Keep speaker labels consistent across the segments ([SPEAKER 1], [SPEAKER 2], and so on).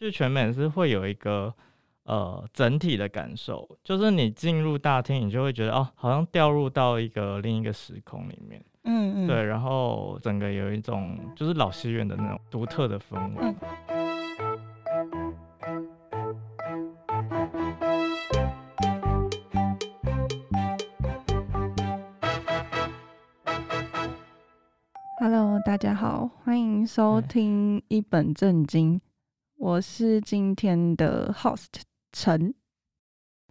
[SPEAKER 1] 剧全美是会有一个呃整体的感受，就是你进入大厅，你就会觉得哦，好像掉入到一个另一个时空里面，
[SPEAKER 2] 嗯嗯，
[SPEAKER 1] 对，然后整个有一种就是老戏院的那种独特的氛围。
[SPEAKER 2] 嗯，Hello，大家好，欢迎收
[SPEAKER 1] 哎
[SPEAKER 2] 听一本正经，我是今天的 host 陈。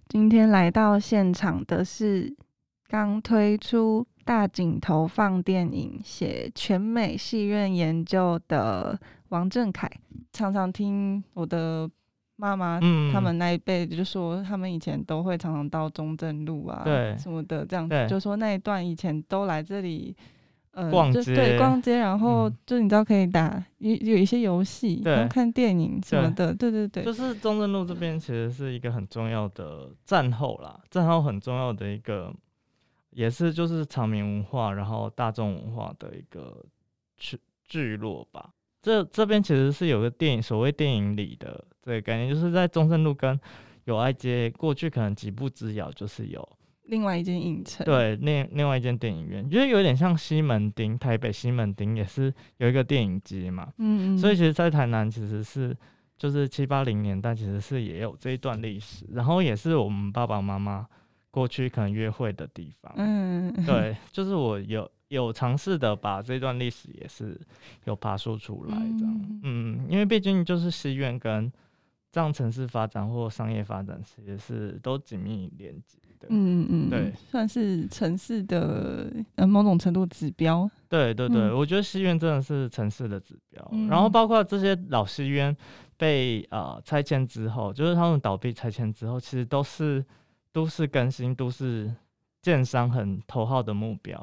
[SPEAKER 2] 今天来到现场的是刚推出大井投放电影、写全美戏院研究的王振凯。常常听我的妈妈
[SPEAKER 1] 嗯
[SPEAKER 2] 他们那一辈就说，他们以前都会常常到中正路啊，
[SPEAKER 1] 对
[SPEAKER 2] 什么的这样子
[SPEAKER 1] 对，
[SPEAKER 2] 就说那一段以前都来这里，呃，
[SPEAKER 1] 逛
[SPEAKER 2] 就
[SPEAKER 1] 街
[SPEAKER 2] 对，逛街，然后
[SPEAKER 1] 嗯
[SPEAKER 2] 就你知道可以打有有一些游戏，
[SPEAKER 1] 对
[SPEAKER 2] 然后看电影什么的，对对对，
[SPEAKER 1] 就是中正路这边其实是一个很重要的战后啦，战后很重要的一个，也是就是长明文化，然后大众文化的一个聚聚落吧。这这边其实是有个电影，所谓电影里的这个概念，就是在中正路跟友爱街过去可能几步之遥就是有
[SPEAKER 2] 另外一间影城，，
[SPEAKER 1] 对另另外一间电影院，就是有点像西门町，台北西门町也是有一个电影街嘛。
[SPEAKER 2] 嗯嗯，
[SPEAKER 1] 所以其实，在台南其实是就是七八零年代，其实是也有这一段历史，然后也是我们爸爸妈妈过去可能约会的地方。
[SPEAKER 2] 嗯，嗯，
[SPEAKER 1] 对，就是我有有尝试的把这段历史也是有爬梳出来这样
[SPEAKER 2] 嗯。
[SPEAKER 1] 嗯，因为毕竟就是西苑跟这样城市发展或商业发展，其实是都紧密连接的。
[SPEAKER 2] 嗯嗯嗯，
[SPEAKER 1] 对，
[SPEAKER 2] 算是城市的呃某种程度指标，
[SPEAKER 1] 对对对，
[SPEAKER 2] 嗯
[SPEAKER 1] 我觉得戏院真的是城市的指标。
[SPEAKER 2] 嗯
[SPEAKER 1] 然后包括这些老戏院被呃拆迁之后，就是他们倒闭拆迁之后，其实都是都市更新、都市建商很头号的目标，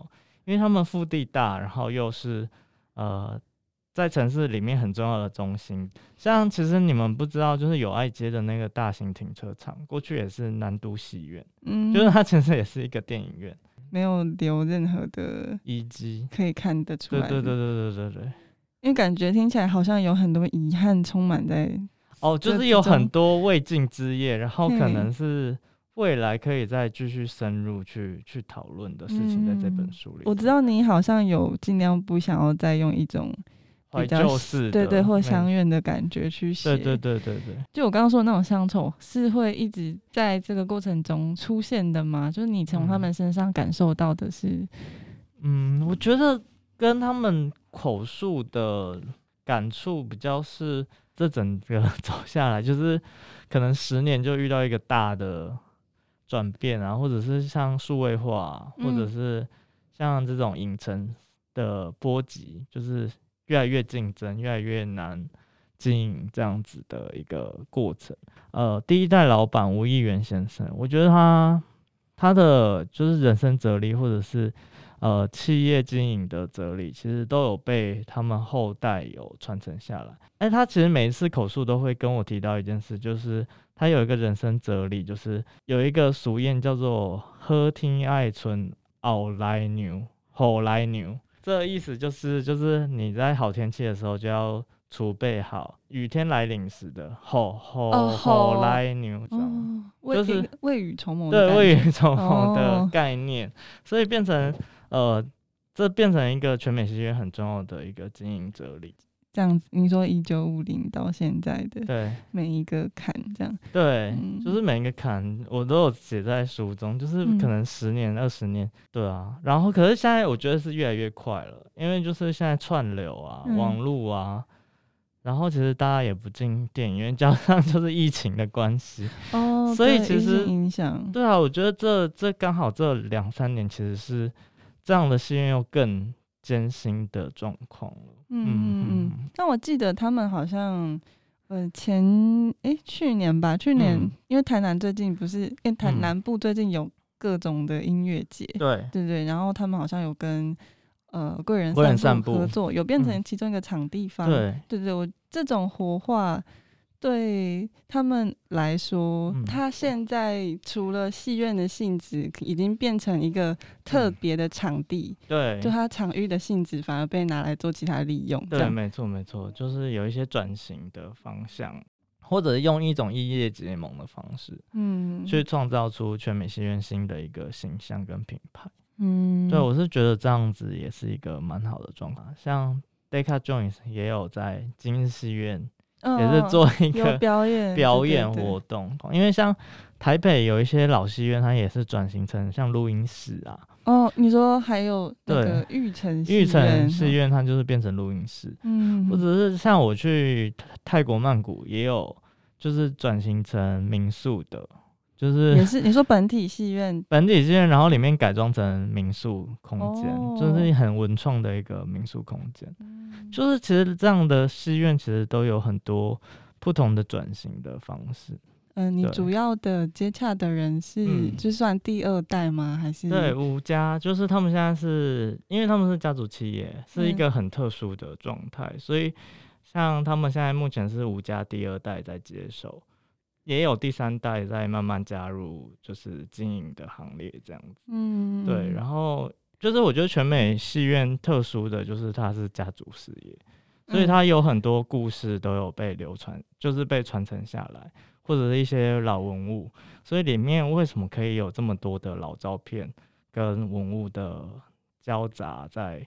[SPEAKER 1] 因为他们腹地大，然后又是呃在城市里面很重要的中心。像其实你们不知道，就是友爱街的那个大型停车场，过去也是南都戏院，
[SPEAKER 2] 嗯，
[SPEAKER 1] 就是它其实也是一个电影院
[SPEAKER 2] 没有留任何的
[SPEAKER 1] 遗迹。
[SPEAKER 2] 可以看得出
[SPEAKER 1] 对
[SPEAKER 2] 来的，
[SPEAKER 1] 对对对对对对。
[SPEAKER 2] 因为感觉听起来好像有很多遗憾充满在，
[SPEAKER 1] 哦，就是
[SPEAKER 2] 这嗯之
[SPEAKER 1] 有很
[SPEAKER 2] 中
[SPEAKER 1] 多未尽之业，然后可
[SPEAKER 2] 嘿
[SPEAKER 1] 能是未来可以再继续深入去去讨论的事情，在这本
[SPEAKER 2] 嗯
[SPEAKER 1] 书里头，
[SPEAKER 2] 我知道你好像有尽量不想要再用一种
[SPEAKER 1] 怀
[SPEAKER 2] 比较
[SPEAKER 1] 旧式的，
[SPEAKER 2] 对对或
[SPEAKER 1] 没
[SPEAKER 2] 相怨的感觉去写，
[SPEAKER 1] 对对对对对，
[SPEAKER 2] 就我刚刚说的那种乡愁是会一直在这个过程中出现的吗？就是你从他
[SPEAKER 1] 嗯
[SPEAKER 2] 们身上感受到的是，
[SPEAKER 1] 嗯，我觉得跟他们口述的感触比较是，这整个 走下来，就是可能十年就遇到一个大的转变啊，或者是像数位化，或者
[SPEAKER 2] 嗯
[SPEAKER 1] 是像这种影城的波及，就是越来越竞争，越来越难经营这样子的一个过程。呃，第一代老板吴议员先生，我觉得他他的就是人生哲理，或者是呃企业经营的哲理，其实都有被他们后代有传承下来。哎，他其实每一次口述都会跟我提到一件事，就是他有一个人生哲理，就是有一个俗谚叫做“喝听爱春熬来牛，吼来牛”，这个意思就是就是你在好天气的时候就要。储备好雨天来临时的吼吼
[SPEAKER 2] 哦
[SPEAKER 1] 吼
[SPEAKER 2] 吼
[SPEAKER 1] 来牛，这样
[SPEAKER 2] 哦，未
[SPEAKER 1] 就是
[SPEAKER 2] 一未雨绸缪的
[SPEAKER 1] 对
[SPEAKER 2] 感
[SPEAKER 1] 未
[SPEAKER 2] 觉，
[SPEAKER 1] 雨绸缪的
[SPEAKER 2] 哦
[SPEAKER 1] 概念，所以变成呃，这变成一个全美戏院很重要的一个经营哲理。
[SPEAKER 2] 这样子。你说一九五零到现在的
[SPEAKER 1] 对
[SPEAKER 2] 每一个坎，这样，
[SPEAKER 1] 对，
[SPEAKER 2] 嗯
[SPEAKER 1] 就是每一个坎我都有写在书中，就是
[SPEAKER 2] 嗯
[SPEAKER 1] 可能十年、二十年，对啊。然后可是现在我觉得是越来越快了，因为就是现在串流啊、
[SPEAKER 2] 嗯
[SPEAKER 1] 网络啊。然后其实大家也不进电影院，加上就是疫情的关系，
[SPEAKER 2] 哦，
[SPEAKER 1] 所以
[SPEAKER 2] 对
[SPEAKER 1] 其
[SPEAKER 2] 疫情
[SPEAKER 1] 实
[SPEAKER 2] 影响，
[SPEAKER 1] 对啊，我觉得这这刚好这两三年其实是这样的戏院又更艰辛的状况了。
[SPEAKER 2] 嗯嗯
[SPEAKER 1] 嗯
[SPEAKER 2] 嗯，但我记得他们好像，呃，前诶、去年吧，去年、
[SPEAKER 1] 嗯
[SPEAKER 2] 因为台南最近不是，因为台
[SPEAKER 1] 嗯
[SPEAKER 2] 南部最近有各种的音乐节，
[SPEAKER 1] 对，
[SPEAKER 2] 对对，然后他们好像有跟呃贵人
[SPEAKER 1] 贵人
[SPEAKER 2] 散
[SPEAKER 1] 散步
[SPEAKER 2] 合作，有变成
[SPEAKER 1] 嗯
[SPEAKER 2] 其中一个场地方，
[SPEAKER 1] 对，
[SPEAKER 2] 对对，我这种活化对他们来说，
[SPEAKER 1] 嗯
[SPEAKER 2] 它现在除了戏院的性质，已经变成一个特
[SPEAKER 1] 嗯
[SPEAKER 2] 别的场地，
[SPEAKER 1] 对，
[SPEAKER 2] 就它场域的性质反而被拿来做其他利用，这
[SPEAKER 1] 对，
[SPEAKER 2] 样。
[SPEAKER 1] 没错没错，就是有一些转型的方向。或者用一种异业结盟的方式，
[SPEAKER 2] 嗯，
[SPEAKER 1] 去创造出全美戏院新的一个形象跟品牌。
[SPEAKER 2] 嗯，
[SPEAKER 1] 对，我是觉得这样子也是一个蛮好的状况。像 Decca Jones 也有在金日戏院，也是
[SPEAKER 2] 嗯
[SPEAKER 1] 做一
[SPEAKER 2] 有
[SPEAKER 1] 个
[SPEAKER 2] 表 演
[SPEAKER 1] 表
[SPEAKER 2] 对
[SPEAKER 1] 演
[SPEAKER 2] 对
[SPEAKER 1] 活动，因为像台北有一些老戏院，它也是转型成像录音室啊，
[SPEAKER 2] 哦，你说还有那
[SPEAKER 1] 对
[SPEAKER 2] 个玉成
[SPEAKER 1] 玉成
[SPEAKER 2] 是
[SPEAKER 1] 戏，院它就是变成录音室，
[SPEAKER 2] 哦嗯，
[SPEAKER 1] 或者是像我去泰泰国曼谷也有，就是转型成民宿的，就是
[SPEAKER 2] 也是你说本体戏院，
[SPEAKER 1] 本地戏院，然后里面改装成民宿空间，就是很文创的一个民宿空间。
[SPEAKER 2] 哦嗯
[SPEAKER 1] 就是其实这样的戏院其实都有很多不同的转型的方式。
[SPEAKER 2] 嗯，你
[SPEAKER 1] 对
[SPEAKER 2] 主要的接洽的人是
[SPEAKER 1] 嗯
[SPEAKER 2] 就算第二代吗？还是
[SPEAKER 1] 对，五家就是他们现在是因为他们是家族企业，是一
[SPEAKER 2] 嗯
[SPEAKER 1] 个很特殊的状态，所以像他们现在目前是五家第二代在接手，也有第三代在慢慢加入就是经营的行列这样子。
[SPEAKER 2] 嗯，
[SPEAKER 1] 对，然
[SPEAKER 2] 后
[SPEAKER 1] 后就是我觉得全美戏院特殊的就是它是家族事业，所
[SPEAKER 2] 嗯
[SPEAKER 1] 以它有很多故事都有被流传，就是被传承下来，或者是一些老文物，所以里面为什么可以有这么多的老照片跟文物的交杂在？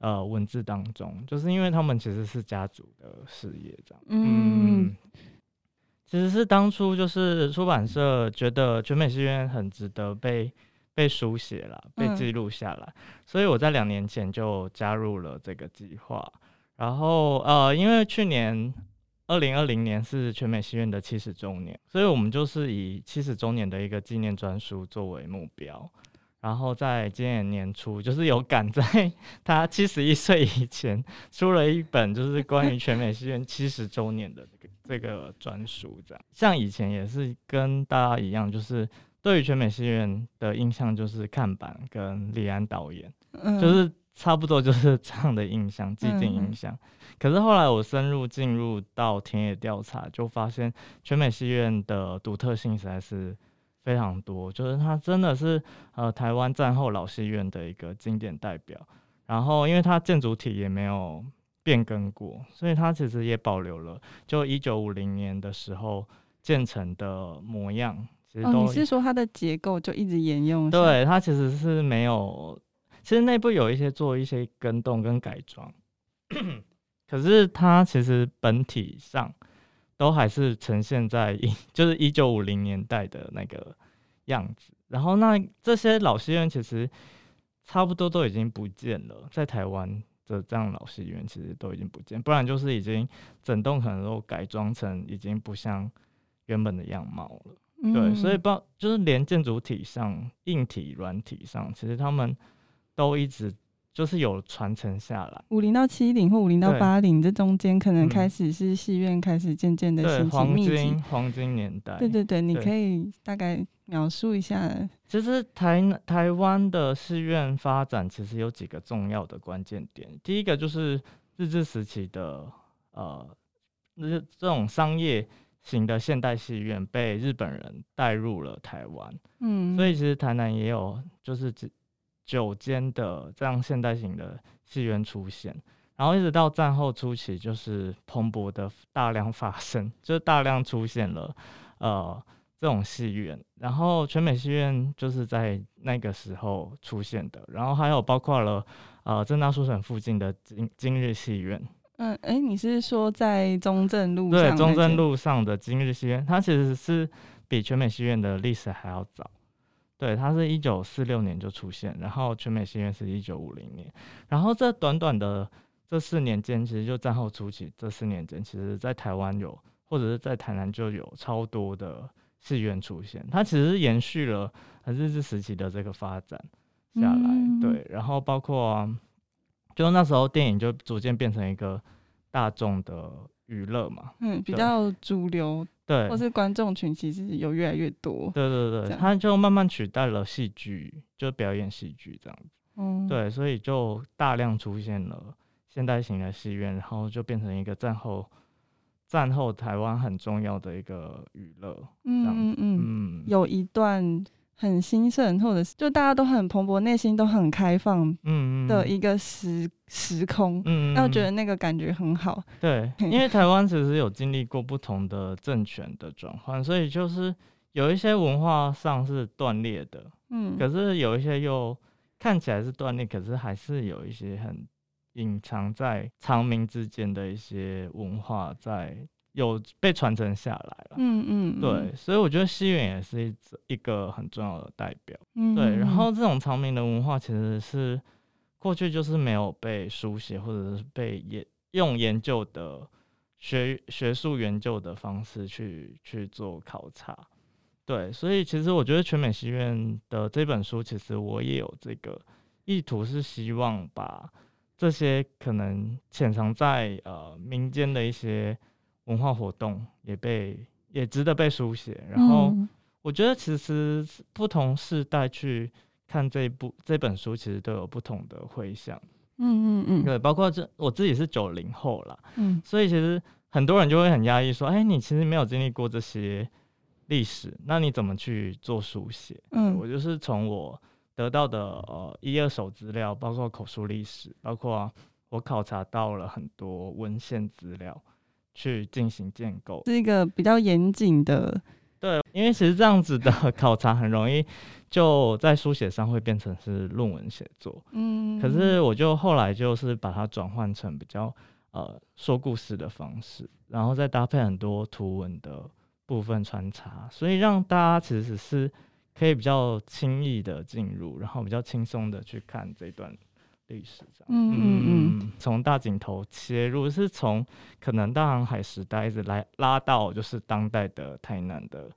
[SPEAKER 1] 呃，文字当中，就是因为他们其实是家族的事业，这样。
[SPEAKER 2] 嗯，
[SPEAKER 1] 其实是当初就是出版社觉得全美戏院很值得被被书写啦，被
[SPEAKER 2] 嗯
[SPEAKER 1] 记录下来，所以我在两年前就加入了这个计划。然后呃，因为去年二零二零年是全美戏院的七十周年，所以我们就是以七十周年的一个纪念专书作为目标。然后在今年年初，就是有赶在 他七十一岁以前，出了一本就是关于全美戏院七十周年的这个这个专书，这样。像以前也是跟大家一样，就是对于全美戏院的印象就是看板跟李安导演，
[SPEAKER 2] 嗯
[SPEAKER 1] 就是差不多就是这样的印象，既定
[SPEAKER 2] 嗯嗯
[SPEAKER 1] 印象。可是后来我深入进入到田野调查，就发现全美戏院的独特性实在是非常多，就是它真的是呃台湾战后老戏院的一个经典代表。然后因为它建筑体也没有变更过，所以它其实也保留了就一九五零年的时候建成的模样。其实
[SPEAKER 2] 哦，
[SPEAKER 1] 都
[SPEAKER 2] 你是说它的结构就一直沿用？是吗，
[SPEAKER 1] 对，它其实是没有，其实内部有一些做一些跟动跟改装，可是它其实本体上都还是呈现在一 就是一九五零年代的那个样子。然后那这些老戏院其实差不多都已经不见了，在台湾的这样老戏院其实都已经不见，不然就是已经整栋可能都改装成已经不像原本的样貌了。对，所以
[SPEAKER 2] 嗯
[SPEAKER 1] 包就是连建筑体上、硬体、软体上，其实他们都一直就是有传承下来。
[SPEAKER 2] 五零到七零或五零到
[SPEAKER 1] 对
[SPEAKER 2] 八零这中间，可能
[SPEAKER 1] 嗯
[SPEAKER 2] 开始是戏院开始渐渐的
[SPEAKER 1] 对，
[SPEAKER 2] 兴起
[SPEAKER 1] 黄
[SPEAKER 2] 密集
[SPEAKER 1] 金。黄金年代，
[SPEAKER 2] 对对对，你
[SPEAKER 1] 对
[SPEAKER 2] 可以大概描述一下。
[SPEAKER 1] 其实台南台湾的戏院发展其实有几个重要的关键点，第一个就是日治时期的呃，日这种商业型的现代戏院被日本人带入了台湾，
[SPEAKER 2] 嗯，
[SPEAKER 1] 所以其实台南也有就是几九间的这样现代型的戏院出现，然后一直到战后初期，就是蓬勃的大量发生，就是大量出现了呃这种戏院，然后全美戏院就是在那个时候出现的，然后还有包括了呃正大书城附近的今今日戏院，
[SPEAKER 2] 嗯，哎、你是说在中正路上？
[SPEAKER 1] 对中正。路上的今日戏院，它其实是比全美戏院的历史还要早。对，它是一九四六年就出现，然后全美戏院是一九五零年，然后这短短的这四年间，其实就战后初期这四年间，其实在台湾有或者是在台南就有超多的戏院出现，它其实是延续了呃日治时期的这个发展下来，
[SPEAKER 2] 嗯
[SPEAKER 1] 对，然后包括、就那时候电影就逐渐变成一个大众的娱乐嘛，
[SPEAKER 2] 嗯，比
[SPEAKER 1] 对
[SPEAKER 2] 较主流
[SPEAKER 1] 对，
[SPEAKER 2] 或是观众群其实有越来越多。
[SPEAKER 1] 对对
[SPEAKER 2] 这
[SPEAKER 1] 对，
[SPEAKER 2] 样
[SPEAKER 1] 它就慢慢取代了戏剧，就表演戏剧这样子。
[SPEAKER 2] 嗯，
[SPEAKER 1] 对，所以就大量出现了现代型的戏院，然后就变成一个战后战后台湾很重要的一个娱乐。
[SPEAKER 2] 嗯
[SPEAKER 1] 样
[SPEAKER 2] 嗯嗯，
[SPEAKER 1] 嗯，
[SPEAKER 2] 有一段很兴盛，或者是就大家都很蓬勃，内心都很开放
[SPEAKER 1] 嗯嗯
[SPEAKER 2] 的一个时、时空，
[SPEAKER 1] 嗯，
[SPEAKER 2] 那我觉得
[SPEAKER 1] 嗯
[SPEAKER 2] 那个感觉很好。
[SPEAKER 1] 对，因为台湾其实有经历过不同的政权的转换，所以就是有一些文化上是断裂的，
[SPEAKER 2] 嗯，
[SPEAKER 1] 可是有一些又看起来是断裂，可是还是有一些很隐藏在长明之间的一些文化在有被传承下来了。
[SPEAKER 2] 嗯嗯，
[SPEAKER 1] 对，所以我觉得西元也是一一个很重要的代表。
[SPEAKER 2] 嗯，嗯
[SPEAKER 1] 对，然后
[SPEAKER 2] 嗯
[SPEAKER 1] 这种长明的文化其实是过去就是没有被书写，或者是被研用研究的学学术研究的方式去去做考察。对，所以其实我觉得全美学院的这本书，其实我也有这个意图，是希望把这些可能潜藏在呃民间的一些文化活动也被也值得被书写，然后。
[SPEAKER 2] 嗯
[SPEAKER 1] 我觉得其实不同世代去看这部这本书，其实都有不同的回响。
[SPEAKER 2] 嗯嗯嗯
[SPEAKER 1] 对，包括这我自己是九零后啦，
[SPEAKER 2] 嗯
[SPEAKER 1] 所以其实很多人就会很压抑，说：“哎，你其实没有经历过这些历史，那你怎么去做书写？”
[SPEAKER 2] 嗯
[SPEAKER 1] 我就是从我得到的呃一二手资料，包括口述历史，包括我考察到了很多文献资料，去进行建构。
[SPEAKER 2] 是一个比较严谨的，
[SPEAKER 1] 对，因为其实这样子的 考察很容易就在书写上会变成是论文写作，
[SPEAKER 2] 嗯，
[SPEAKER 1] 可是我就后来就是把它转换成比较呃说故事的方式，然后再搭配很多图文的部分穿插，所以让大家其实是可以比较轻易的进入，然后比较轻松的去看这段历史这样。
[SPEAKER 2] 嗯嗯嗯，
[SPEAKER 1] 嗯，从大井头切入，是从可能大航海时代一直来拉到就是当代的台南的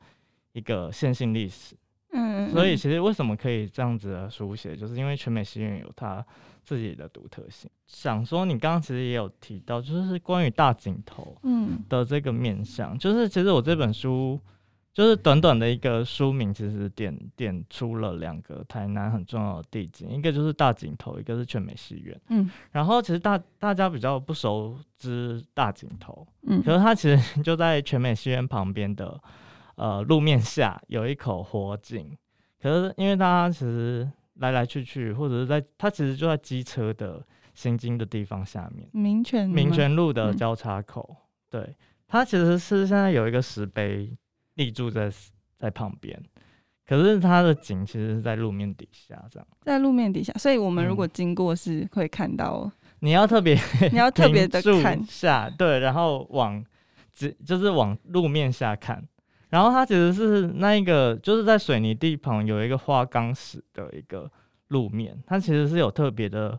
[SPEAKER 1] 一个线性历史。
[SPEAKER 2] 嗯，嗯
[SPEAKER 1] 所以
[SPEAKER 2] 嗯
[SPEAKER 1] 其实为什么可以这样子的书写，就是因为全美西院有它自己的独特性。想说你刚刚其实也有提到，就是关于大井头
[SPEAKER 2] 嗯
[SPEAKER 1] 的这个面向，就是其实我这本书。就是短短的一个书名，其实点点出了两个台南很重要的地景，一个就是大井头，一个是全美戏院。
[SPEAKER 2] 嗯
[SPEAKER 1] 然后其实大大家比较不熟知大井头，
[SPEAKER 2] 嗯，
[SPEAKER 1] 可是它其实 就在全美戏院旁边的呃路面下有一口火井。可是因为大家其实来来去去，或者是在它其实就在机车的行经的地方下面，
[SPEAKER 2] 民权的
[SPEAKER 1] 民
[SPEAKER 2] 吗，
[SPEAKER 1] 权路的
[SPEAKER 2] 嗯
[SPEAKER 1] 交叉口。对，它其实是现在有一个石碑立柱在在旁边，可是它的井其实是在路面底下这样。
[SPEAKER 2] 在路面底下，所以我们如
[SPEAKER 1] 嗯
[SPEAKER 2] 果经过是会看到，哦
[SPEAKER 1] 你要特别
[SPEAKER 2] 你要特别 的
[SPEAKER 1] 停住
[SPEAKER 2] 看，
[SPEAKER 1] 下，对，然后往只就是往路面下看。然后它其实是那一个就是在水泥地旁有一个花岗石的一个路面，它其实是有特别的。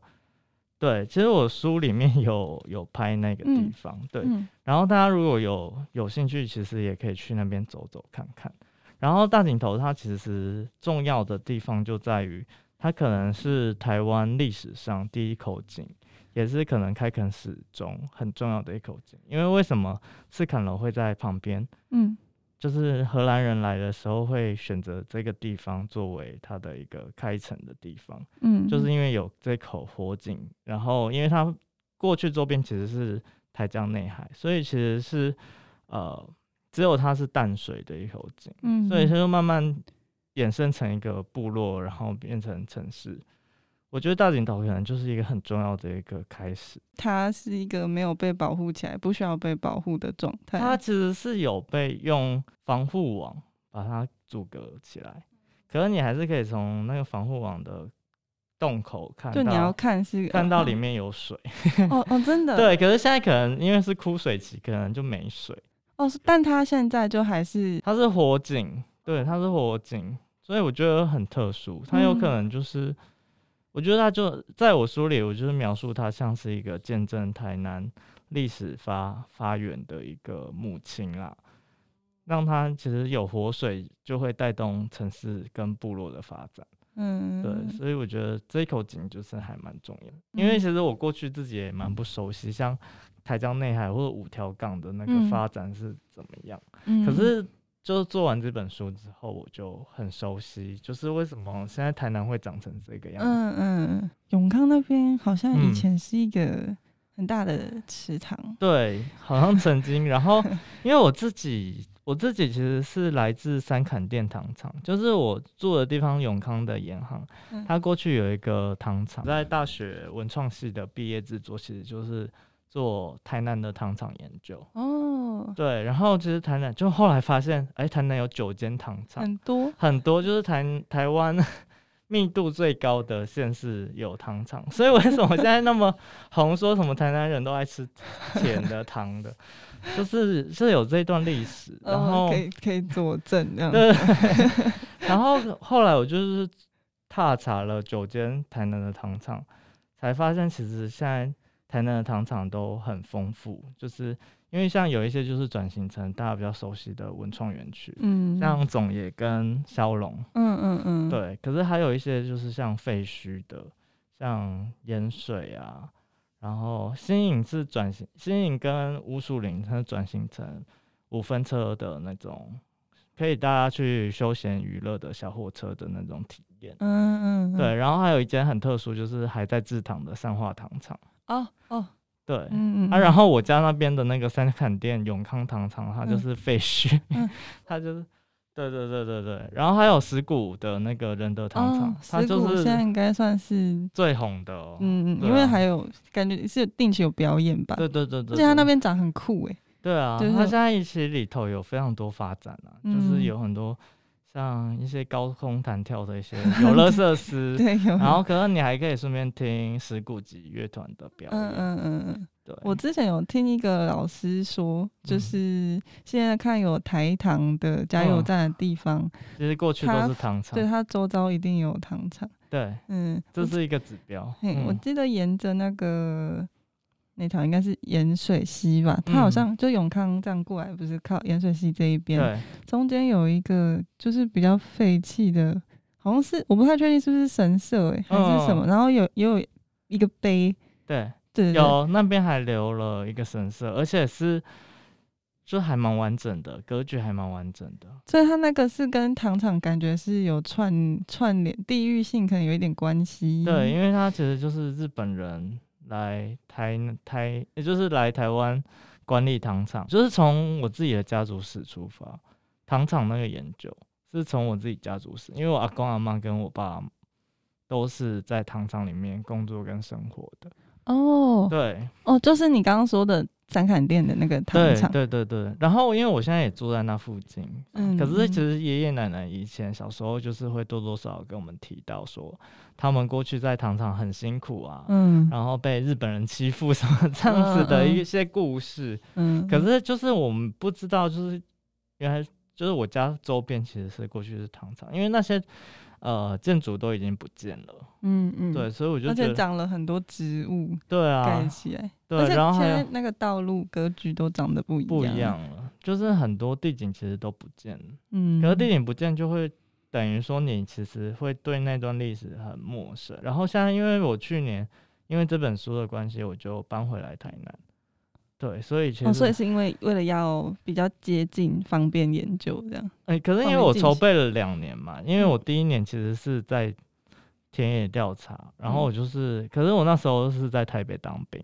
[SPEAKER 1] 对，其实我书里面有有拍那个地
[SPEAKER 2] 嗯
[SPEAKER 1] 方，对。
[SPEAKER 2] 嗯
[SPEAKER 1] 然后大家如果有有兴趣，其实也可以去那边走走看看。然后大井头它其实重要的地方就在于，它可能是台湾历史上第一口井，也是可能开垦史中很重要的一口井。因为为什么赤坎楼会在旁边？
[SPEAKER 2] 嗯
[SPEAKER 1] 就是荷兰人来的时候会选择这个地方作为它的一个开城的地方。
[SPEAKER 2] 嗯，
[SPEAKER 1] 就是因为有这口火井，然后因为它过去周边其实是台江内海，所以其实是呃只有它是淡水的一口井，
[SPEAKER 2] 嗯，
[SPEAKER 1] 所以它就慢慢衍生成一个部落，然后变成城市。我觉得大井岛可能就是一个很重要的一个开始，
[SPEAKER 2] 它是一个没有被保护起来、不需要被保护的状态。啊
[SPEAKER 1] 它其实是有被用防护网把它阻隔起来，可是你还是可以从那个防护网的洞口看
[SPEAKER 2] 就你要嗯
[SPEAKER 1] 到
[SPEAKER 2] 看是
[SPEAKER 1] 看到里面有水。
[SPEAKER 2] 哦哦，真 的
[SPEAKER 1] 对，可是现在可能因为是枯水期，可能就没水。
[SPEAKER 2] 哦，是但它现在就还是
[SPEAKER 1] 它是火警，对，它是火警，所以我觉得很特殊。它有可能就是，我觉得它就在我书里，我就是描述它像是一个见证台南历史发发源的一个母亲啦。让它其实有活水，就会带动城市跟部落的发展。
[SPEAKER 2] 嗯，
[SPEAKER 1] 对，所以我觉得这一口井就是还蛮重要的，因为
[SPEAKER 2] 嗯
[SPEAKER 1] 其实我过去自己也蛮不熟悉，像台江内海或者五条港的那个
[SPEAKER 2] 嗯
[SPEAKER 1] 发展是怎么样。
[SPEAKER 2] 嗯
[SPEAKER 1] 可是就是做完这本书之后，我就很熟悉，就是为什么现在台南会长成这个样子。
[SPEAKER 2] 嗯嗯，永康那边好像
[SPEAKER 1] 嗯
[SPEAKER 2] 以前是一个很大的池塘，
[SPEAKER 1] 对，好像曾经，然后因为我自己我自己其实是来自三坎店糖厂，就是我住的地方永康的盐行，
[SPEAKER 2] 嗯
[SPEAKER 1] 它过去有一个糖厂，在大学文创系的毕业制作，其实就是做台南的糖厂研究。
[SPEAKER 2] 哦，
[SPEAKER 1] 对，然后其实台南就后来发现，哎，台南有九间糖厂，
[SPEAKER 2] 很多
[SPEAKER 1] 很多就是台台湾 密度最高的县市有糖厂， 所以为什么现在那么红，说什么台南人都爱吃甜的 糖的，就是是有这段历史。然
[SPEAKER 2] 哦
[SPEAKER 1] 后、
[SPEAKER 2] 可以可以佐证这样。
[SPEAKER 1] 对， 然后后来我就是踏查了九间台南的糖厂，才发现其实现在台南的糖厂都很丰富，就是因为像有一些就是转型成大家比较熟悉的文创园区，
[SPEAKER 2] 嗯，
[SPEAKER 1] 像总也跟骁龙，
[SPEAKER 2] 嗯嗯嗯，，
[SPEAKER 1] 对，可是还有一些就是像废墟的，像盐水啊，然后新颖是转型，新颖跟乌树林它是转型成五分车的那种，可以大家去休闲娱乐的小火车的那种体验。
[SPEAKER 2] 嗯嗯嗯，
[SPEAKER 1] 对，然后还有一间很特殊，就是还在制糖的三化糖厂。
[SPEAKER 2] 哦哦，
[SPEAKER 1] 对，
[SPEAKER 2] 嗯嗯，
[SPEAKER 1] 啊，然
[SPEAKER 2] 后
[SPEAKER 1] 后我家那边的那个三坎店永康糖厂，它就
[SPEAKER 2] 嗯
[SPEAKER 1] 是废墟，
[SPEAKER 2] 嗯
[SPEAKER 1] 它就是，对对对对对。然后还有石鼓的那个仁德糖厂，
[SPEAKER 2] 哦，
[SPEAKER 1] 它
[SPEAKER 2] 石
[SPEAKER 1] 就
[SPEAKER 2] 鼓现在
[SPEAKER 1] 是
[SPEAKER 2] 应该算是。
[SPEAKER 1] 最红的、哦。
[SPEAKER 2] 嗯，嗯，
[SPEAKER 1] 对
[SPEAKER 2] 因为
[SPEAKER 1] 啊
[SPEAKER 2] 还有感觉是有定期有表演吧，
[SPEAKER 1] 对对对对，
[SPEAKER 2] 而且他那
[SPEAKER 1] 对
[SPEAKER 2] 边长很酷哎、
[SPEAKER 1] 对啊，
[SPEAKER 2] 就是
[SPEAKER 1] 它现在其实里头有非常多发展啊，就是
[SPEAKER 2] 嗯
[SPEAKER 1] 有很多像一些高空弹跳的一 些游乐设施，
[SPEAKER 2] 对，有。
[SPEAKER 1] 然后可能你还可以顺便听石鼓及乐团的表演。
[SPEAKER 2] 嗯嗯嗯嗯，
[SPEAKER 1] 对，
[SPEAKER 2] 我之前有听一个老师说，就
[SPEAKER 1] 嗯
[SPEAKER 2] 是现在看有台糖的加油
[SPEAKER 1] 嗯
[SPEAKER 2] 站的地方，
[SPEAKER 1] 其实过去都
[SPEAKER 2] 它
[SPEAKER 1] 是糖厂
[SPEAKER 2] 对，它周遭一定有糖厂。
[SPEAKER 1] 对，
[SPEAKER 2] 嗯，
[SPEAKER 1] 这
[SPEAKER 2] 我
[SPEAKER 1] 是一个指标。
[SPEAKER 2] 嘿，我
[SPEAKER 1] 嗯
[SPEAKER 2] 记得沿着那个那条应该是盐水溪吧，它好
[SPEAKER 1] 嗯
[SPEAKER 2] 像就永康这样过来，不是靠盐水溪这一边，
[SPEAKER 1] 对。
[SPEAKER 2] 中间有一个就是比较废弃的，好像是我不太确定是不是神社哎、还是什
[SPEAKER 1] 嗯
[SPEAKER 2] 么，然后有也有一个碑，
[SPEAKER 1] 对，
[SPEAKER 2] 对对对，
[SPEAKER 1] 有那边还留了一个神社，而且是就还蛮完整的，格局还蛮完整的。
[SPEAKER 2] 所以它那个是跟糖厂感觉是有串串联，地域性可能有一点关系，
[SPEAKER 1] 对，因为它其实就是日本人来台台，也就是来台湾管理糖厂，就是从我自己的家族史出发，糖厂那个研究是从我自己家族史，因为我阿公阿妈跟我爸都是在糖厂里面工作跟生活的。
[SPEAKER 2] 哦
[SPEAKER 1] 对，
[SPEAKER 2] 哦，就是你刚刚说的三坎店的那个糖
[SPEAKER 1] 对
[SPEAKER 2] 厂，
[SPEAKER 1] 对对对，然后因为我现在也住在那附近，
[SPEAKER 2] 嗯
[SPEAKER 1] 可是其实爷爷奶奶以前小时候就是会多多少少跟我们提到说，他们过去在糖厂很辛苦啊，
[SPEAKER 2] 嗯
[SPEAKER 1] 然后被日本人欺负什么 这样子的
[SPEAKER 2] 嗯嗯
[SPEAKER 1] 一些故事。
[SPEAKER 2] 嗯，
[SPEAKER 1] 可是就是我们不知道，就是原来就是我家周边其实是过去是糖厂，因为那些呃建筑都已经不见了，
[SPEAKER 2] 嗯嗯，
[SPEAKER 1] 对，所以我就
[SPEAKER 2] 而
[SPEAKER 1] 觉
[SPEAKER 2] 且
[SPEAKER 1] 得
[SPEAKER 2] 长了很多植物
[SPEAKER 1] 对
[SPEAKER 2] 盖
[SPEAKER 1] 啊，
[SPEAKER 2] 起来，而
[SPEAKER 1] 对，
[SPEAKER 2] 且
[SPEAKER 1] 然后还
[SPEAKER 2] 现
[SPEAKER 1] 有
[SPEAKER 2] 在那个道路格局都长得不一样，
[SPEAKER 1] 不一，样了，就是很多地景其实都不见了。
[SPEAKER 2] 嗯，
[SPEAKER 1] 可是地点不见，就会等于说你其实会对那段历史很陌生。然后现在，因为我去年因为这本书的关系，我就搬回来台南，对，所以其实，
[SPEAKER 2] 哦，所以是因为为了要比较接近，方便研究这样，
[SPEAKER 1] 哎、可是因为
[SPEAKER 2] 方便
[SPEAKER 1] 我
[SPEAKER 2] 进
[SPEAKER 1] 筹
[SPEAKER 2] 行
[SPEAKER 1] 备了两年嘛，因为
[SPEAKER 2] 嗯
[SPEAKER 1] 我第一年其实是在田野调查，然后
[SPEAKER 2] 嗯
[SPEAKER 1] 我就是，可是我那时候是在台北当兵，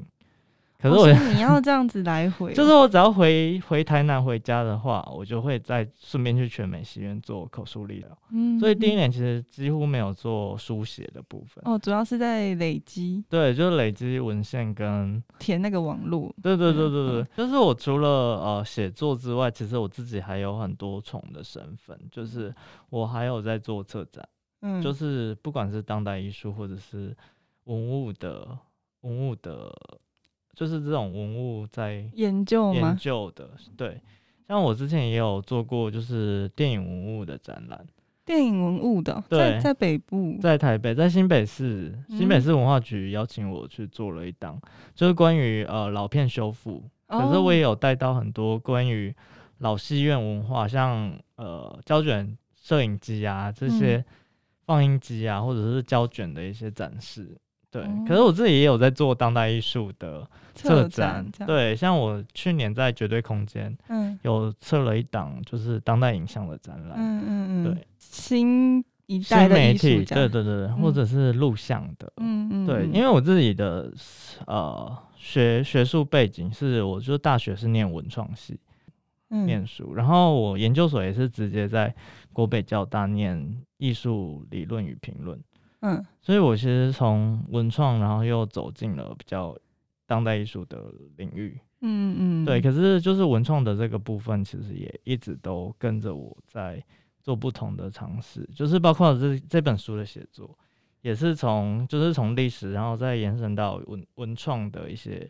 [SPEAKER 1] 可是
[SPEAKER 2] 哦
[SPEAKER 1] 我、
[SPEAKER 2] 所以你要这样子来回哦，
[SPEAKER 1] 就是我只要回回台南回家的话，我就会再顺便去全美戏院做口述历疗，
[SPEAKER 2] 嗯，
[SPEAKER 1] 所以第一
[SPEAKER 2] 嗯
[SPEAKER 1] 年其实几乎没有做书写的部分。
[SPEAKER 2] 哦，主要是在累积
[SPEAKER 1] 对，就是累积文献跟
[SPEAKER 2] 填那个网络，
[SPEAKER 1] 对对对
[SPEAKER 2] 嗯
[SPEAKER 1] 对对，
[SPEAKER 2] 嗯
[SPEAKER 1] 就是我除了呃写作之外，其实我自己还有很多重的身份，就是我还有在做策展，
[SPEAKER 2] 嗯，
[SPEAKER 1] 就是不管是当代艺术或者是文物的文物的，就是这种文物在
[SPEAKER 2] 研究
[SPEAKER 1] 研
[SPEAKER 2] 哦吗？
[SPEAKER 1] 究的，对。像我之前也有做过，就是电影文物的展览，
[SPEAKER 2] 电影文物的哦，在
[SPEAKER 1] 对
[SPEAKER 2] 在北部，
[SPEAKER 1] 在台北，在新北市，新北
[SPEAKER 2] 嗯
[SPEAKER 1] 市文化局邀请我去做了一档，就是关于呃老片修复，可是
[SPEAKER 2] 哦
[SPEAKER 1] 我也有带到很多关于老戏院文化，像呃胶卷摄影机啊这
[SPEAKER 2] 嗯
[SPEAKER 1] 些放映机啊，或者是胶卷的一些展示。对，可是我自己也有在做当代艺术的策
[SPEAKER 2] 策哦展这样，，
[SPEAKER 1] 对，像我去年在绝对空间
[SPEAKER 2] 嗯
[SPEAKER 1] 有策了一档就是当代影像的展览，
[SPEAKER 2] 嗯嗯嗯，
[SPEAKER 1] 对，
[SPEAKER 2] 新一代
[SPEAKER 1] 新
[SPEAKER 2] 的
[SPEAKER 1] 媒
[SPEAKER 2] 艺术
[SPEAKER 1] 体，
[SPEAKER 2] 家，
[SPEAKER 1] 对对对对，或
[SPEAKER 2] 嗯
[SPEAKER 1] 者是录像的，
[SPEAKER 2] 嗯嗯，
[SPEAKER 1] 对，
[SPEAKER 2] 嗯
[SPEAKER 1] 因为我自己的呃学学术背景是，我就大学是念文创系，
[SPEAKER 2] 嗯
[SPEAKER 1] 念书，然后我研究所也是直接在国北交大念艺术理论与评论，
[SPEAKER 2] 嗯
[SPEAKER 1] 所以我其实从文创，然后又走进了比较当代艺术的领域。
[SPEAKER 2] 嗯嗯，
[SPEAKER 1] 对，可是就是文创的这个部分，其实也一直都跟着我在做不同的尝试，就是包括这这本书的写作，也是从就是从历史，然后再延伸到文文创的一些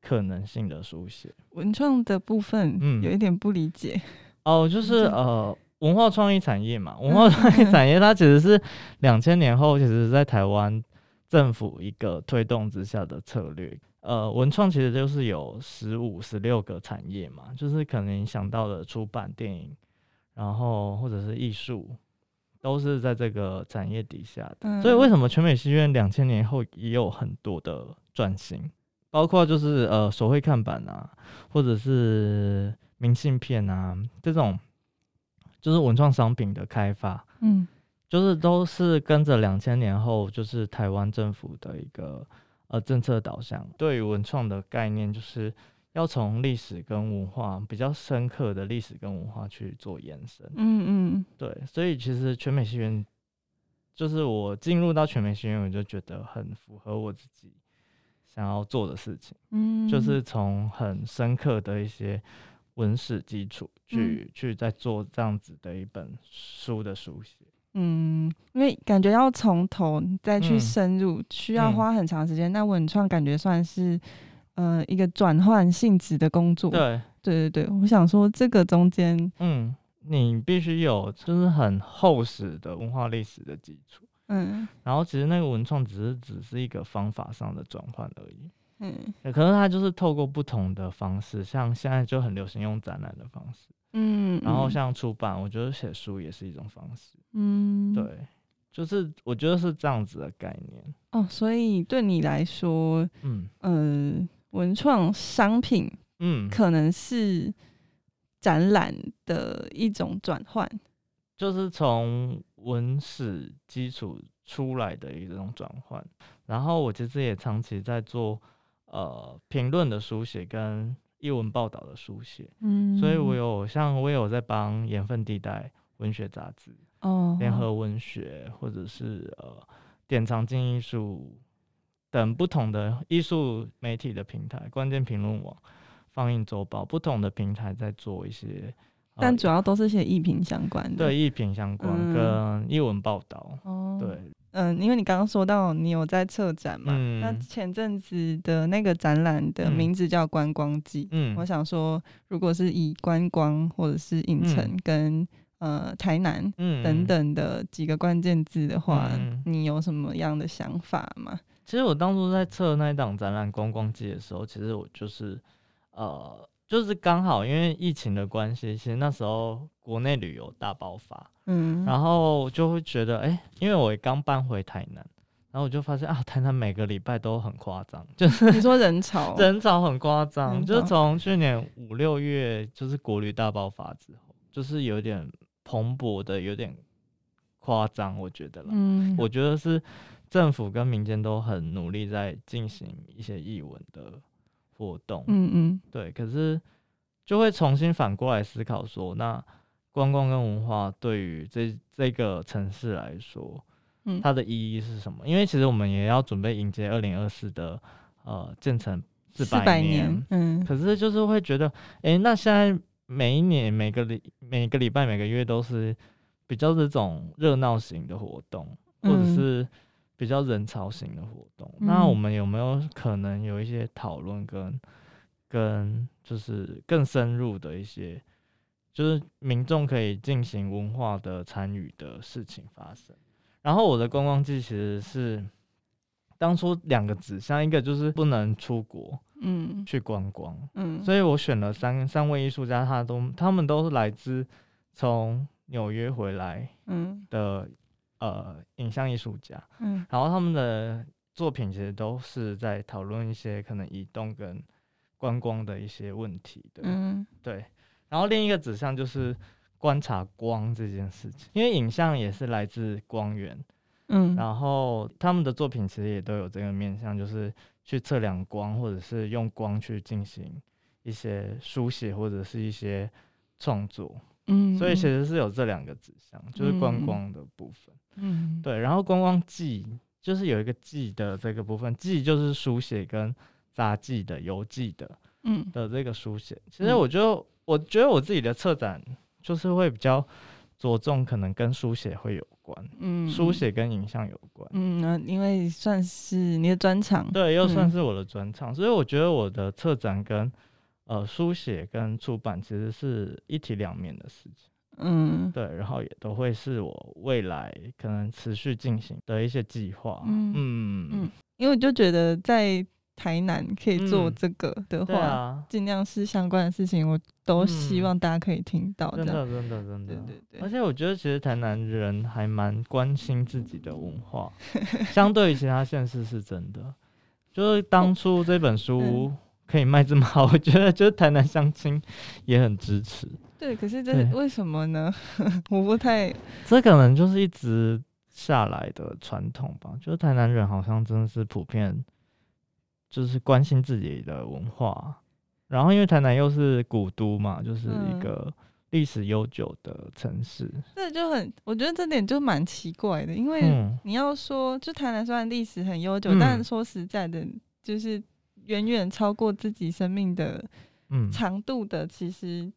[SPEAKER 1] 可能性的书写。
[SPEAKER 2] 文创的部分
[SPEAKER 1] 嗯
[SPEAKER 2] 有一点不理解，
[SPEAKER 1] 哦，就是
[SPEAKER 2] 嗯
[SPEAKER 1] 呃，文化创意产业嘛，文
[SPEAKER 2] 嗯
[SPEAKER 1] 化
[SPEAKER 2] 嗯
[SPEAKER 1] 创意
[SPEAKER 2] 嗯
[SPEAKER 1] 产业它其实是两千年后，其实在台湾政府一个推动之下的策略。呃，文创其实就是有十五、十六个产业嘛，就是可能你想到的出版、电影，然后或者是艺术，都是在这个产业底下的。
[SPEAKER 2] 嗯，
[SPEAKER 1] 所以为什么全美戏院两千年后也有很多的转型，包括就是呃手绘看板啊，或者是明信片啊这种，就是文创商品的开发，
[SPEAKER 2] 嗯
[SPEAKER 1] 就是都是跟着两千年后就是台湾政府的一个呃政策导向，对于文创的概念就是。要从历史跟文化比较深刻的历史跟文化去做延伸，
[SPEAKER 2] 嗯嗯
[SPEAKER 1] 对，所以其实全美戏院，就是我进入到全美戏院，我就觉得很符合我自己想要做的事情，
[SPEAKER 2] 嗯，
[SPEAKER 1] 就是从很深刻的一些文史基础去、去在做这样子的一本书的书写。
[SPEAKER 2] 嗯，因为感觉要从头再去
[SPEAKER 1] 嗯
[SPEAKER 2] 深入，需要
[SPEAKER 1] 嗯
[SPEAKER 2] 花很长时间。那文创感觉算是呃一个转换性质的工作，
[SPEAKER 1] 对，
[SPEAKER 2] 对对对，我想说这个中间，
[SPEAKER 1] 嗯，你必须有就是很厚实的文化历史的基础，
[SPEAKER 2] 嗯
[SPEAKER 1] 然后其实那个文创只是只是一个方法上的转换而已。呃
[SPEAKER 2] 嗯
[SPEAKER 1] 可能它就是透过不同的方式，像现在就很流行用展览的方式。
[SPEAKER 2] 嗯，
[SPEAKER 1] 然后
[SPEAKER 2] 嗯
[SPEAKER 1] 像出版，我觉得写书也是一种方式。
[SPEAKER 2] 嗯
[SPEAKER 1] 对，就是我觉得是这样子的概念。
[SPEAKER 2] 哦，所以对你来说，
[SPEAKER 1] 嗯
[SPEAKER 2] 呃，文创商品
[SPEAKER 1] 嗯，
[SPEAKER 2] 可能是展览的一种转换。
[SPEAKER 1] 就是从文史基础出来的一种转换。然后我其实也长期在做呃评论的书写跟译文报道的书写，
[SPEAKER 2] 嗯
[SPEAKER 1] 所以我有像我也有在帮盐分地带文学杂志
[SPEAKER 2] 哦
[SPEAKER 1] 联合文学，或者是呃典藏进艺术等不同的艺术媒体的平台，关键评论网、放映周报不同的平台在做一些，呃
[SPEAKER 2] 但主要都是些艺评相关的。
[SPEAKER 1] 对艺评相关
[SPEAKER 2] 嗯
[SPEAKER 1] 跟译文报道，
[SPEAKER 2] 哦，
[SPEAKER 1] 对，
[SPEAKER 2] 嗯，因为你刚刚说到你有在策展嘛，那
[SPEAKER 1] 嗯
[SPEAKER 2] 前阵子的那个展览的
[SPEAKER 1] 嗯
[SPEAKER 2] 名字叫《观光季》，
[SPEAKER 1] 嗯
[SPEAKER 2] 我想说，如果是以观光或者是影城跟、呃台南
[SPEAKER 1] 嗯
[SPEAKER 2] 等。等的几个关键字的话，
[SPEAKER 1] 嗯
[SPEAKER 2] 你有什么样的想法吗？
[SPEAKER 1] 其实我当初在测那一档展览观光季的时候，其实我就是呃。就是刚好因为疫情的关系，其实那时候国内旅游大爆发，
[SPEAKER 2] 嗯，
[SPEAKER 1] 然后就会觉得，哎、因为我刚搬回台南，然后我就发现啊，台南每个礼拜都很夸张，就是
[SPEAKER 2] 你说人 潮，
[SPEAKER 1] 人潮很夸张，
[SPEAKER 2] 人
[SPEAKER 1] 就是
[SPEAKER 2] 潮
[SPEAKER 1] 从去年五六月就是国旅大爆发之后，就是有点蓬勃的，有点夸张，我觉得啦，
[SPEAKER 2] 嗯，
[SPEAKER 1] 我觉得是政府跟民间都很努力在进行一些艺文的活动，
[SPEAKER 2] 嗯嗯
[SPEAKER 1] 对，可是就会重新反过来思考说，那观光跟文化对于这这个城市来说，
[SPEAKER 2] 嗯
[SPEAKER 1] 它的意义是什么？因为其实我们也要准备迎接二零二四的呃建成四
[SPEAKER 2] 四
[SPEAKER 1] 百
[SPEAKER 2] 百年，嗯
[SPEAKER 1] 可是就是会觉得，诶，那现在每一年每个礼每个礼拜每个月都是比较这种热闹型的活动，或者
[SPEAKER 2] 嗯
[SPEAKER 1] 是比较人潮型的活动。那我
[SPEAKER 2] 嗯
[SPEAKER 1] 们有没有可能有一些讨论跟跟就是更深入的一些，就是民众可以进行文化的参与的事情发生？然后我的观光季其实是当初两个指向，一个就是不能出国
[SPEAKER 2] 嗯
[SPEAKER 1] 去观光，
[SPEAKER 2] 嗯，
[SPEAKER 1] 所以我选了三三位艺术家，他都他们都是来自从纽约回来
[SPEAKER 2] 嗯
[SPEAKER 1] 的呃影像艺术家，
[SPEAKER 2] 嗯
[SPEAKER 1] 然后他们的作品其实都是在讨论一些可能移动跟观光的一些问题的，
[SPEAKER 2] 嗯
[SPEAKER 1] 对。然后另一个指向就是观察光这件事情，因为影像也是来自光源，
[SPEAKER 2] 嗯，
[SPEAKER 1] 然后他们的作品其实也都有这个面向，就是去测量光，或者是用光去进行一些书写或者是一些创作，
[SPEAKER 2] 嗯，
[SPEAKER 1] 所以其实是有这两个指向，就是观
[SPEAKER 2] 嗯
[SPEAKER 1] 光的部分。
[SPEAKER 2] 嗯，
[SPEAKER 1] 对，然后观光记就是有一个记的这个部分，记就是书写跟杂记的游记的
[SPEAKER 2] 嗯
[SPEAKER 1] 的这个书写。其实
[SPEAKER 2] 嗯
[SPEAKER 1] 我就、我觉得我自己的策展就是会比较着重可能跟书写会有关，
[SPEAKER 2] 嗯，
[SPEAKER 1] 书写跟影像有关。
[SPEAKER 2] 嗯，嗯，因为算是你的专长，
[SPEAKER 1] 对，又算
[SPEAKER 2] 嗯
[SPEAKER 1] 是我的专长，所以我觉得我的策展跟呃书写跟出版其实是一体两面的事情。
[SPEAKER 2] 嗯
[SPEAKER 1] 对，然后也都会是我未来可能持续进行的一些计划。
[SPEAKER 2] 嗯
[SPEAKER 1] 嗯
[SPEAKER 2] 嗯因为我就觉得在台南可以做
[SPEAKER 1] 嗯
[SPEAKER 2] 这个的
[SPEAKER 1] 对
[SPEAKER 2] 话，
[SPEAKER 1] 啊，
[SPEAKER 2] 尽、量是相关的事情，我都希
[SPEAKER 1] 嗯
[SPEAKER 2] 望大家可以听到这
[SPEAKER 1] 真
[SPEAKER 2] 样。
[SPEAKER 1] 的，真的，真的。哎
[SPEAKER 2] 对对对，
[SPEAKER 1] 而且我觉得，其实台南人还蛮关心自己的文化，相对于其他县市是真的。就是当初这
[SPEAKER 2] 嗯
[SPEAKER 1] 本书可以卖这么好，我觉得就是台南相亲也很支持。
[SPEAKER 2] 对，可是这是
[SPEAKER 1] 对
[SPEAKER 2] 为什么呢？ 我不太，
[SPEAKER 1] 这可能就是一直下来的传统吧，就是台南人好像真的是普遍就是关心自己的文化，然后因为台南又是古都嘛，就是
[SPEAKER 2] 嗯
[SPEAKER 1] 一个历史悠久的城市，
[SPEAKER 2] 这就很，我觉得这点就蛮奇怪的，因为
[SPEAKER 1] 嗯，
[SPEAKER 2] 你要说，就台南虽然历史很悠久，
[SPEAKER 1] 嗯
[SPEAKER 2] 但说实在的，就是远远超过自己生命的
[SPEAKER 1] 嗯
[SPEAKER 2] 长度的，其实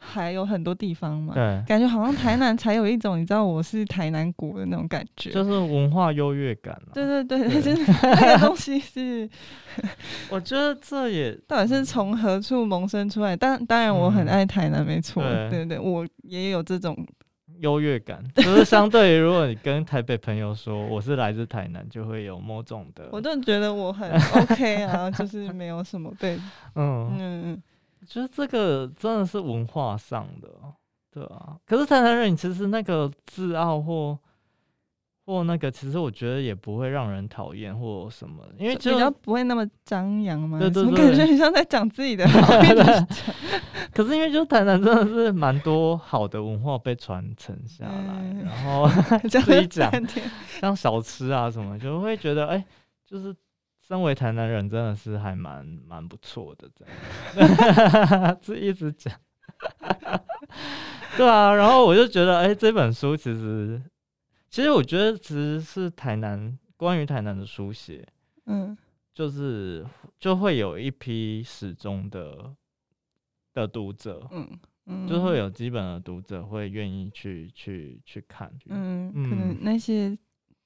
[SPEAKER 2] 还有很多地方嘛。
[SPEAKER 1] 对，
[SPEAKER 2] 感觉好像台南才有一种你知道我是台南国的那种感觉。
[SPEAKER 1] 就是文化优越感、啊。
[SPEAKER 2] 对，对对，
[SPEAKER 1] 对
[SPEAKER 2] 就是那个东西是
[SPEAKER 1] 我觉得这也
[SPEAKER 2] 到底是从何处萌生出来？当当然我很
[SPEAKER 1] 嗯
[SPEAKER 2] 爱台南，没错，
[SPEAKER 1] 对
[SPEAKER 2] 对对，我也有这种，
[SPEAKER 1] 优越感，就是相对于如果你跟台北朋友说我是来自台南，就会有某种的，
[SPEAKER 2] 我就觉得 我很 OK 啊，就是没有什么被
[SPEAKER 1] 嗯
[SPEAKER 2] 嗯嗯
[SPEAKER 1] 觉得这个真的是文化上的，对啊。可是台南人其实那个自傲或或那个，其实我觉得也不会让人讨厌或什么，因为
[SPEAKER 2] 就
[SPEAKER 1] 就
[SPEAKER 2] 比较不会那么张扬嘛，
[SPEAKER 1] 对对
[SPEAKER 2] 怎么
[SPEAKER 1] 对
[SPEAKER 2] 感觉很像在讲自 己的好，一直
[SPEAKER 1] 可是因为就台南真的是蛮多好的文化被传承下来，
[SPEAKER 2] 嗯
[SPEAKER 1] 然后
[SPEAKER 2] 讲
[SPEAKER 1] 自己
[SPEAKER 2] 了
[SPEAKER 1] 讲
[SPEAKER 2] 半天，
[SPEAKER 1] 像小吃啊什么，就会觉得哎、就是身为台南人真的是还蛮蛮不错的，这样 这一直讲，对啊，然后我就觉得哎、这本书其实其实我觉得其实是台南关于台南的书写，
[SPEAKER 2] 嗯
[SPEAKER 1] 就是就会有一批始终的的读者。
[SPEAKER 2] 嗯嗯，
[SPEAKER 1] 就会有基本的读者会愿意去去去看，去
[SPEAKER 2] 嗯，可能
[SPEAKER 1] 嗯
[SPEAKER 2] 那些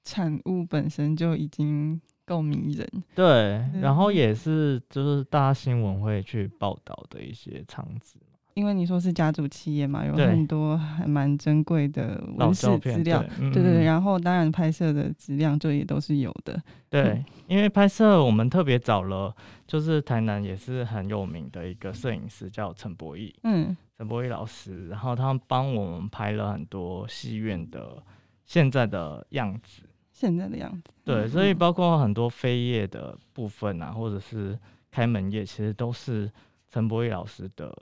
[SPEAKER 2] 产物本身就已经够迷人。
[SPEAKER 1] 对，然后
[SPEAKER 2] 嗯
[SPEAKER 1] 也是就是大家新闻会去报道的一些场子，
[SPEAKER 2] 因为你说是家族企业嘛，有
[SPEAKER 1] 对
[SPEAKER 2] 很多还蛮珍贵的
[SPEAKER 1] 老
[SPEAKER 2] 文史
[SPEAKER 1] 照
[SPEAKER 2] 资
[SPEAKER 1] 片，
[SPEAKER 2] 料，
[SPEAKER 1] 对
[SPEAKER 2] 对对对，
[SPEAKER 1] 嗯
[SPEAKER 2] 然后当然拍摄的质量就也都是有的，
[SPEAKER 1] 对，因为拍摄我们特别找了，就是台南也是很有名的一个摄影师叫陈博义，
[SPEAKER 2] 嗯
[SPEAKER 1] 陈博义老师，然后他帮我们拍了很多戏院的现在的样子，
[SPEAKER 2] 现在的样子。
[SPEAKER 1] 对，
[SPEAKER 2] 嗯
[SPEAKER 1] 所以
[SPEAKER 2] 嗯
[SPEAKER 1] 包括很多飞页的部分啊，或者是开门页，其实都是陈博义老师的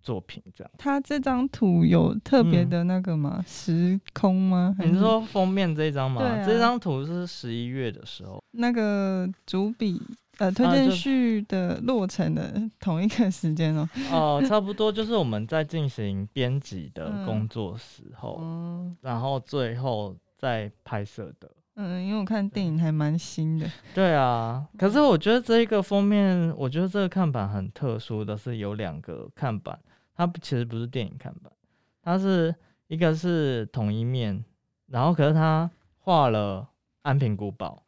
[SPEAKER 1] 作品这样。
[SPEAKER 2] 它这张图有特别
[SPEAKER 1] 嗯
[SPEAKER 2] 的那个吗？时空吗？还
[SPEAKER 1] 你是
[SPEAKER 2] 是
[SPEAKER 1] 说封面这一张吗？
[SPEAKER 2] 嗯对啊
[SPEAKER 1] 这张图是十一月的时候，
[SPEAKER 2] 那个主笔呃推
[SPEAKER 1] 啊
[SPEAKER 2] 荐
[SPEAKER 1] 就
[SPEAKER 2] 序的落成的同一个时 间哦？
[SPEAKER 1] 哦、差不多就是我们在进行编辑的
[SPEAKER 2] 嗯
[SPEAKER 1] 工作时候，
[SPEAKER 2] 哦，
[SPEAKER 1] 然后最后再拍摄的。
[SPEAKER 2] 嗯，因为我看电影还蛮新的，
[SPEAKER 1] 对啊，可是我觉得这一个封面，我觉得这个看板很特殊的是有两个看板，它不其实不是电影看板，它是一个是统一面，然后可是它画了安平古堡，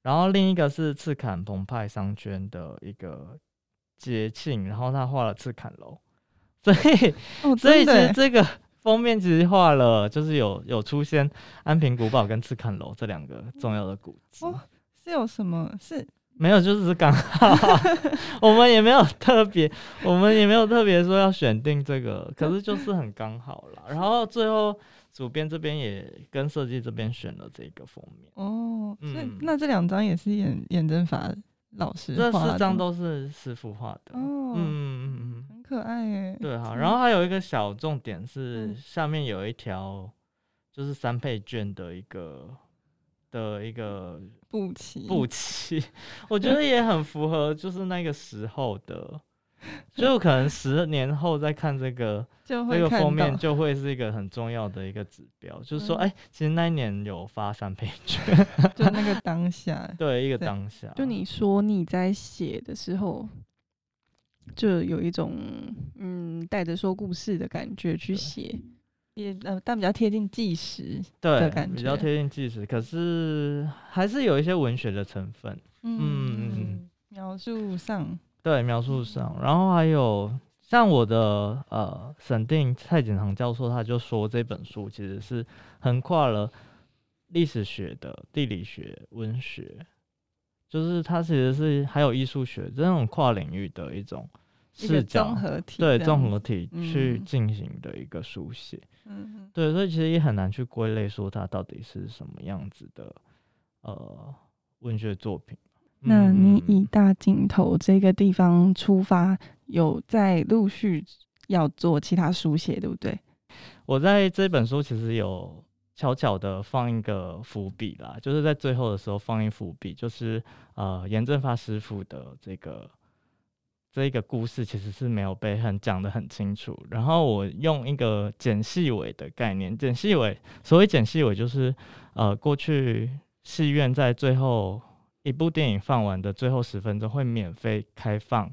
[SPEAKER 1] 然后另一个是赤坎澎湃商圈的一个节庆，然后他画了赤坎楼， 所以
[SPEAKER 2] 哦，
[SPEAKER 1] 嗯所以其
[SPEAKER 2] 真的
[SPEAKER 1] 实
[SPEAKER 2] 耶，
[SPEAKER 1] 这个封面其实画了，就是有有出现安平古堡跟赤坎楼这两个重要的古迹。
[SPEAKER 2] 哦是有什么是
[SPEAKER 1] 没有，就只是刚好， 我们也没有特别，我们也没有特别说要选定这
[SPEAKER 2] 嗯
[SPEAKER 1] 个，可是就是很刚好啦。然后最后主编这边也跟设计这边选了这个封面，
[SPEAKER 2] 哦，所以
[SPEAKER 1] 嗯
[SPEAKER 2] 那这两张也是演演真法老师
[SPEAKER 1] 这
[SPEAKER 2] 画
[SPEAKER 1] 四
[SPEAKER 2] 的
[SPEAKER 1] 张
[SPEAKER 2] 吗
[SPEAKER 1] 都是师傅画的。
[SPEAKER 2] 哦
[SPEAKER 1] 嗯，嗯嗯，嗯
[SPEAKER 2] 很可爱耶。
[SPEAKER 1] 对哈。
[SPEAKER 2] 嗯
[SPEAKER 1] 然后还有一个小重点是，
[SPEAKER 2] 嗯
[SPEAKER 1] 下面有一条就是三配卷的一个的一个
[SPEAKER 2] 布奇
[SPEAKER 1] 布旗，我觉得也很符合就是那个时候的就可能十年后再看这个
[SPEAKER 2] 就
[SPEAKER 1] 这
[SPEAKER 2] 会
[SPEAKER 1] 个
[SPEAKER 2] 看
[SPEAKER 1] 封面，
[SPEAKER 2] 到
[SPEAKER 1] 就会是一个很重要的一个指标，就是说，
[SPEAKER 2] 嗯
[SPEAKER 1] 哎、其实那一年有发三 倍券，
[SPEAKER 2] 就那个当下，
[SPEAKER 1] 对一啊个
[SPEAKER 2] 对
[SPEAKER 1] 当下，
[SPEAKER 2] 就你说你在写的时候，就有一种嗯带着说故事的感觉去
[SPEAKER 1] 对
[SPEAKER 2] 写，也呃但比较贴近纪实，
[SPEAKER 1] 对
[SPEAKER 2] 感
[SPEAKER 1] 比较
[SPEAKER 2] 觉
[SPEAKER 1] 贴近纪实，可是还是有一些文学的成分，嗯嗯嗯，
[SPEAKER 2] 描述上，
[SPEAKER 1] 对描
[SPEAKER 2] 嗯
[SPEAKER 1] 述上，然后还有像我的呃沈定蔡锦堂教授，他就说这本书其实是横跨了历史学的、地理学、文学，就是它其实是还有艺术学这种跨领域的一种
[SPEAKER 2] 一个
[SPEAKER 1] 视角
[SPEAKER 2] 综，合体，
[SPEAKER 1] 对综，合体去
[SPEAKER 2] 嗯
[SPEAKER 1] 进行的一个书写。
[SPEAKER 2] 嗯，
[SPEAKER 1] 对，所以其实也很难去归类说它到底是什么样子的呃文学作品。
[SPEAKER 2] 那你以
[SPEAKER 1] 嗯
[SPEAKER 2] 大镜头这个地方出发，有在陆续要做其他书写，对不对？
[SPEAKER 1] 我在这本书其实有悄悄的放一个伏笔啦，就是在最后的时候放一伏笔，就是呃严正发师傅的这个这个故事其实是没有被很讲得很清楚。然后我用一个简细尾的概念，简细尾，所谓简细尾就是呃过去戏院在最后一部电影放完的最后十分钟会免费开放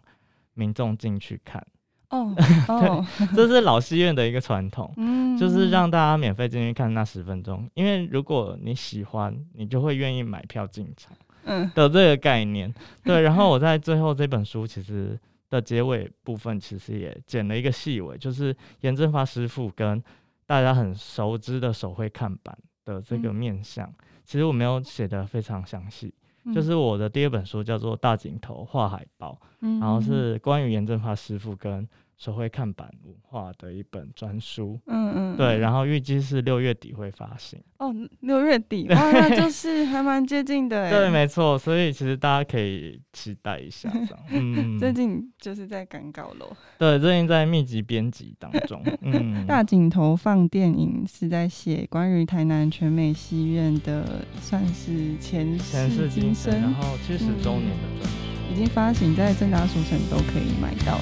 [SPEAKER 1] 民众进去看，
[SPEAKER 2] 哦哦，
[SPEAKER 1] 这是老戏院的一个传统。
[SPEAKER 2] 嗯，
[SPEAKER 1] 就是让大家免费进去看那十分钟，因为如果你喜欢，你就会愿意买票进场
[SPEAKER 2] 嗯
[SPEAKER 1] 的这个概念。对，然后我在最后这本书其实的结尾部分，其实也剪了一个细尾，就是严正发师傅跟大家很熟知的手绘看板的这个
[SPEAKER 2] 嗯
[SPEAKER 1] 面向，其实我没有写的非常详细。
[SPEAKER 2] 嗯
[SPEAKER 1] 就是我的第二本书叫做《大井头画海报》，
[SPEAKER 2] 嗯
[SPEAKER 1] 然后是关于严正发师傅跟手绘看板文化的一本专书。
[SPEAKER 2] 嗯嗯
[SPEAKER 1] 对，
[SPEAKER 2] 嗯
[SPEAKER 1] 然后预计是六月底会发行。
[SPEAKER 2] 哦，六月底，哇，那就是还蛮接 近的哎。
[SPEAKER 1] 对，没错，所以其实大家可以期待一下这 样。嗯，
[SPEAKER 2] 最近就是在赶稿喽。
[SPEAKER 1] 对最近在密集编辑当 中。嗯，
[SPEAKER 2] 大井头放电影是在写关于台南全美戏院的，算是前
[SPEAKER 1] 前世
[SPEAKER 2] 世
[SPEAKER 1] 今
[SPEAKER 2] 今
[SPEAKER 1] 生，然
[SPEAKER 2] 生，嗯
[SPEAKER 1] 后七十周年的专辑。
[SPEAKER 2] 已经发行在正大书城都可以买到。